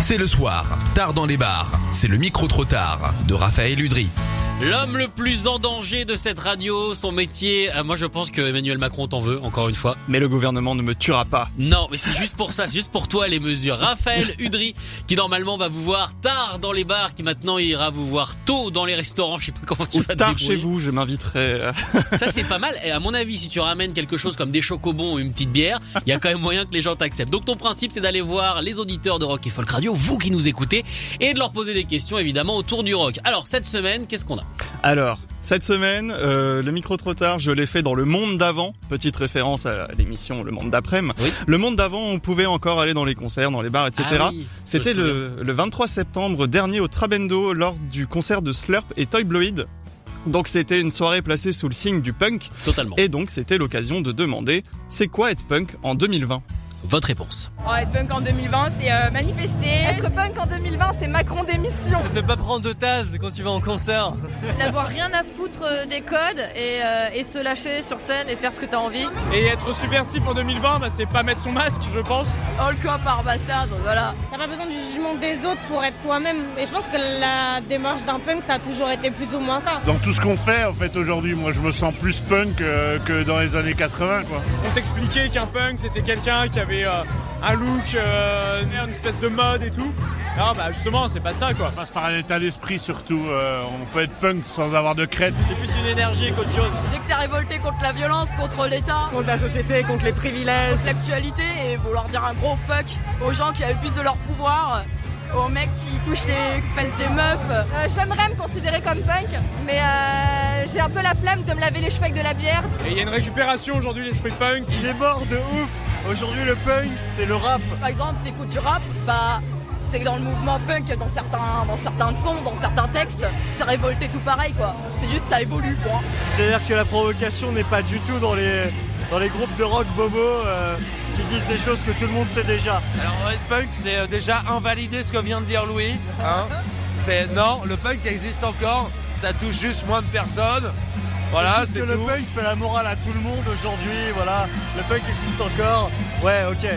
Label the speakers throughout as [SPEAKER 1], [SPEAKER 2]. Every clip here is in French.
[SPEAKER 1] C'est le soir, tard dans les bars. C'est le micro trop tard de Raphaël Udry.
[SPEAKER 2] L'homme le plus en danger de cette radio, son métier. euh, moi, je pense que Emmanuel Macron t'en veut, encore une fois.
[SPEAKER 3] Mais le gouvernement ne me tuera pas.
[SPEAKER 2] Non, mais c'est juste pour ça, c'est juste pour toi les mesures. Raphaël Udry, qui normalement va vous voir tard dans les bars, qui maintenant ira vous voir tôt dans les restaurants. Je sais pas comment tu
[SPEAKER 3] Ou
[SPEAKER 2] vas te
[SPEAKER 3] tard
[SPEAKER 2] débrouiller.
[SPEAKER 3] chez vous, je m'inviterai. euh,
[SPEAKER 2] Ça, c'est pas mal. Et à mon avis, si tu ramènes quelque chose comme des chocobons ou une petite bière, il y a quand même moyen que les gens t'acceptent. Donc, ton principe, c'est d'aller voir les auditeurs de Rock et Folk Radio, vous qui nous écoutez, et de leur poser des questions, évidemment, autour du rock. Alors, cette semaine, qu'est-ce qu'on a
[SPEAKER 3] Alors, cette semaine, euh, le micro trop tard, je l'ai fait dans le monde d'avant. Petite référence à l'émission Le Monde d'après.
[SPEAKER 2] Oui.
[SPEAKER 3] Le monde d'avant, on pouvait encore aller dans les concerts, dans les bars, etc.
[SPEAKER 2] Ah oui,
[SPEAKER 3] C'était
[SPEAKER 2] je me souviens.
[SPEAKER 3] le, le 23 septembre dernier au Trabendo lors du concert de Slurp et Toy Bloid. Donc c'était une soirée placée sous le signe du punk
[SPEAKER 2] Totalement.
[SPEAKER 3] et donc c'était l'occasion de demander c'est quoi être punk en 2020
[SPEAKER 2] Votre réponse.
[SPEAKER 4] Oh, être punk en 2020, c'est euh, manifester. Être punk en 2020, c'est Macron démission.
[SPEAKER 5] C'est de ne pas prendre de tasse quand tu vas en concert.
[SPEAKER 4] D'avoir rien à foutre euh, des codes et, euh, et se lâcher sur scène et faire ce que t'as envie.
[SPEAKER 5] Et être subversif en 2020, bah, c'est pas mettre son masque, je pense.
[SPEAKER 4] All cop par bastard, voilà.
[SPEAKER 6] T'as pas besoin du jugement des autres pour être toi-même. Et je pense que la démarche d'un punk, ça a toujours été plus ou moins ça.
[SPEAKER 7] Dans tout ce qu'on fait, en fait, aujourd'hui, moi, je me sens plus punk euh, que dans les années 80, quoi.
[SPEAKER 5] On t'expliquait qu'un punk, c'était quelqu'un qui avait euh, un look, euh, une espèce de mode et tout. Non, bah justement, c'est pas ça, quoi.
[SPEAKER 7] On passe par un état d'esprit, surtout. euh, on peut être punk sans avoir de crête.
[SPEAKER 5] C'est plus une énergie qu'autre chose.
[SPEAKER 4] Dès que t'es révolté contre la violence, contre l'État,
[SPEAKER 5] Contre la société, contre les privilèges.
[SPEAKER 4] contre l'actualité et vouloir dire un gros fuck aux gens qui abusent de leur pouvoir. euh, Aux mecs qui touchent les fesses des meufs. Euh, J'aimerais me considérer comme punk, mais euh, j'ai un peu la flamme de me laver les cheveux avec de la bière.
[SPEAKER 5] Et il y a une récupération aujourd'hui, l'esprit punk.
[SPEAKER 7] Il est mort de ouf Aujourd'hui, le punk, c'est le rap.
[SPEAKER 4] Par exemple, t'écoutes du rap, bah c'est que dans le mouvement punk, dans certains, dans certains sons, dans certains textes, c'est révolté tout pareil quoi. C'est juste ça évolue point.
[SPEAKER 7] C'est-à-dire que la provocation n'est pas du tout dans les, dans les groupes de rock bobo euh, qui disent des choses que tout le monde sait déjà.
[SPEAKER 8] Alors être punk, c'est euh, déjà invalider ce que vient de dire Louis. hein. c'est non, le punk existe encore. Ça touche juste moins de personnes. Voilà,
[SPEAKER 7] Juste
[SPEAKER 8] c'est
[SPEAKER 7] que
[SPEAKER 8] tout.
[SPEAKER 7] le punk fait la morale à tout le monde aujourd'hui, voilà. Le punk existe encore. Ouais, ok.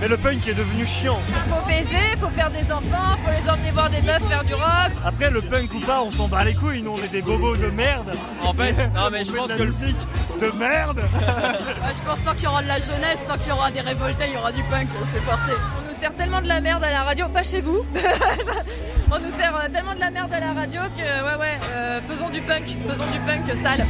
[SPEAKER 7] Mais le punk est devenu chiant.
[SPEAKER 4] Faut baiser, faut faire des enfants, faut les emmener voir des meufs faire du rock.
[SPEAKER 7] Après, le punk ou pas, on s'en bat les couilles, nous on est des bobos de merde.
[SPEAKER 5] En fait, non, mais
[SPEAKER 7] On
[SPEAKER 5] je
[SPEAKER 7] fait
[SPEAKER 5] pense
[SPEAKER 7] de
[SPEAKER 5] que
[SPEAKER 7] la
[SPEAKER 5] le-
[SPEAKER 7] musique de merde.
[SPEAKER 4] je pense tant qu'il y aura de la jeunesse, tant qu'il y aura des révoltés, il y aura du punk, c'est forcé. On nous sert tellement de la merde à la radio, pas chez vous. On nous sert euh, tellement de la merde à la radio que ouais ouais, euh, faisons du punk, faisons du punk sale.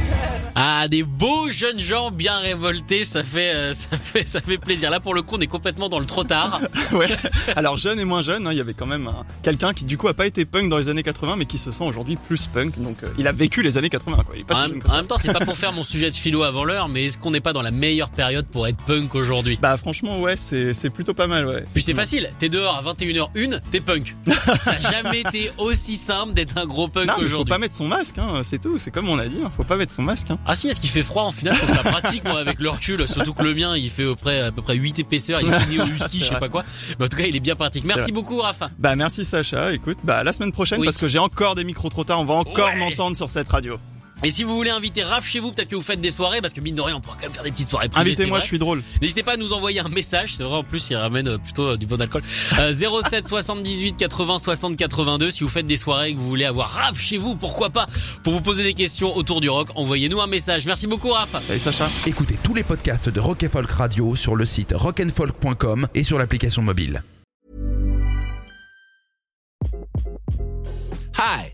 [SPEAKER 2] Ah, des beaux jeunes gens bien révoltés, ça fait, euh, ça fait, ça fait plaisir. Là, pour le coup, on est complètement dans le trop tard.
[SPEAKER 3] Ouais. Alors jeune et moins jeune, hein, il y avait quand même un- quelqu'un qui du coup a pas été punk dans les années 80, mais qui se sent aujourd'hui plus punk. Donc euh, il a vécu les années 80. Quoi. Il est pas si
[SPEAKER 2] En
[SPEAKER 3] jeune
[SPEAKER 2] même,
[SPEAKER 3] que ça.
[SPEAKER 2] en même temps, c'est pas pour faire mon sujet de philo avant l'heure, mais est-ce qu'on n'est pas dans la meilleure période pour être punk aujourd'hui
[SPEAKER 3] Bah franchement ouais, c'est c'est plutôt pas mal ouais.
[SPEAKER 2] Puis c'est facile, t'es dehors à 21h01, t'es punk. Ça a jamais été aussi simple d'être un gros punk
[SPEAKER 3] Non, mais faut
[SPEAKER 2] aujourd'hui.
[SPEAKER 3] pas mettre son masque, hein, c'est tout. C'est comme on a dit, hein, faut pas mettre son masque. Hein.
[SPEAKER 2] Ah si, est-ce qu'il fait froid en final Je trouve ça pratique moi avec le recul, surtout que le mien il fait à peu près, à peu près 8 épaisseurs, il finit au husky, je sais
[SPEAKER 3] vrai.
[SPEAKER 2] pas quoi. Mais en tout cas, il est bien pratique. Merci
[SPEAKER 3] vrai.
[SPEAKER 2] beaucoup Rafa.
[SPEAKER 3] Bah merci Sacha. Écoute, bah à la semaine prochaine
[SPEAKER 2] Oui.
[SPEAKER 3] parce que j'ai encore des micros trop tard. On va encore
[SPEAKER 2] Ouais.
[SPEAKER 3] m'entendre sur cette radio.
[SPEAKER 2] Et si vous voulez inviter Raph chez vous, peut-être que vous faites des soirées, parce que mine de rien, on pourra quand même faire des petites soirées privées.
[SPEAKER 3] Invitez-moi,
[SPEAKER 2] c'est vrai.
[SPEAKER 3] je suis drôle.
[SPEAKER 2] N'hésitez pas à nous envoyer un message, c'est vrai en plus il ramène euh, plutôt euh, du bon alcool. Euh, 07 78 80 60 82 si vous faites des soirées et que vous voulez avoir Raph chez vous, pourquoi pas Pour vous poser des questions autour du rock, envoyez-nous un message. Merci beaucoup Raph.
[SPEAKER 3] Salut Sacha.
[SPEAKER 1] Écoutez tous les podcasts de Rock and Folk Radio sur le site rockandfolk.com et sur l'application mobile.
[SPEAKER 9] Hi,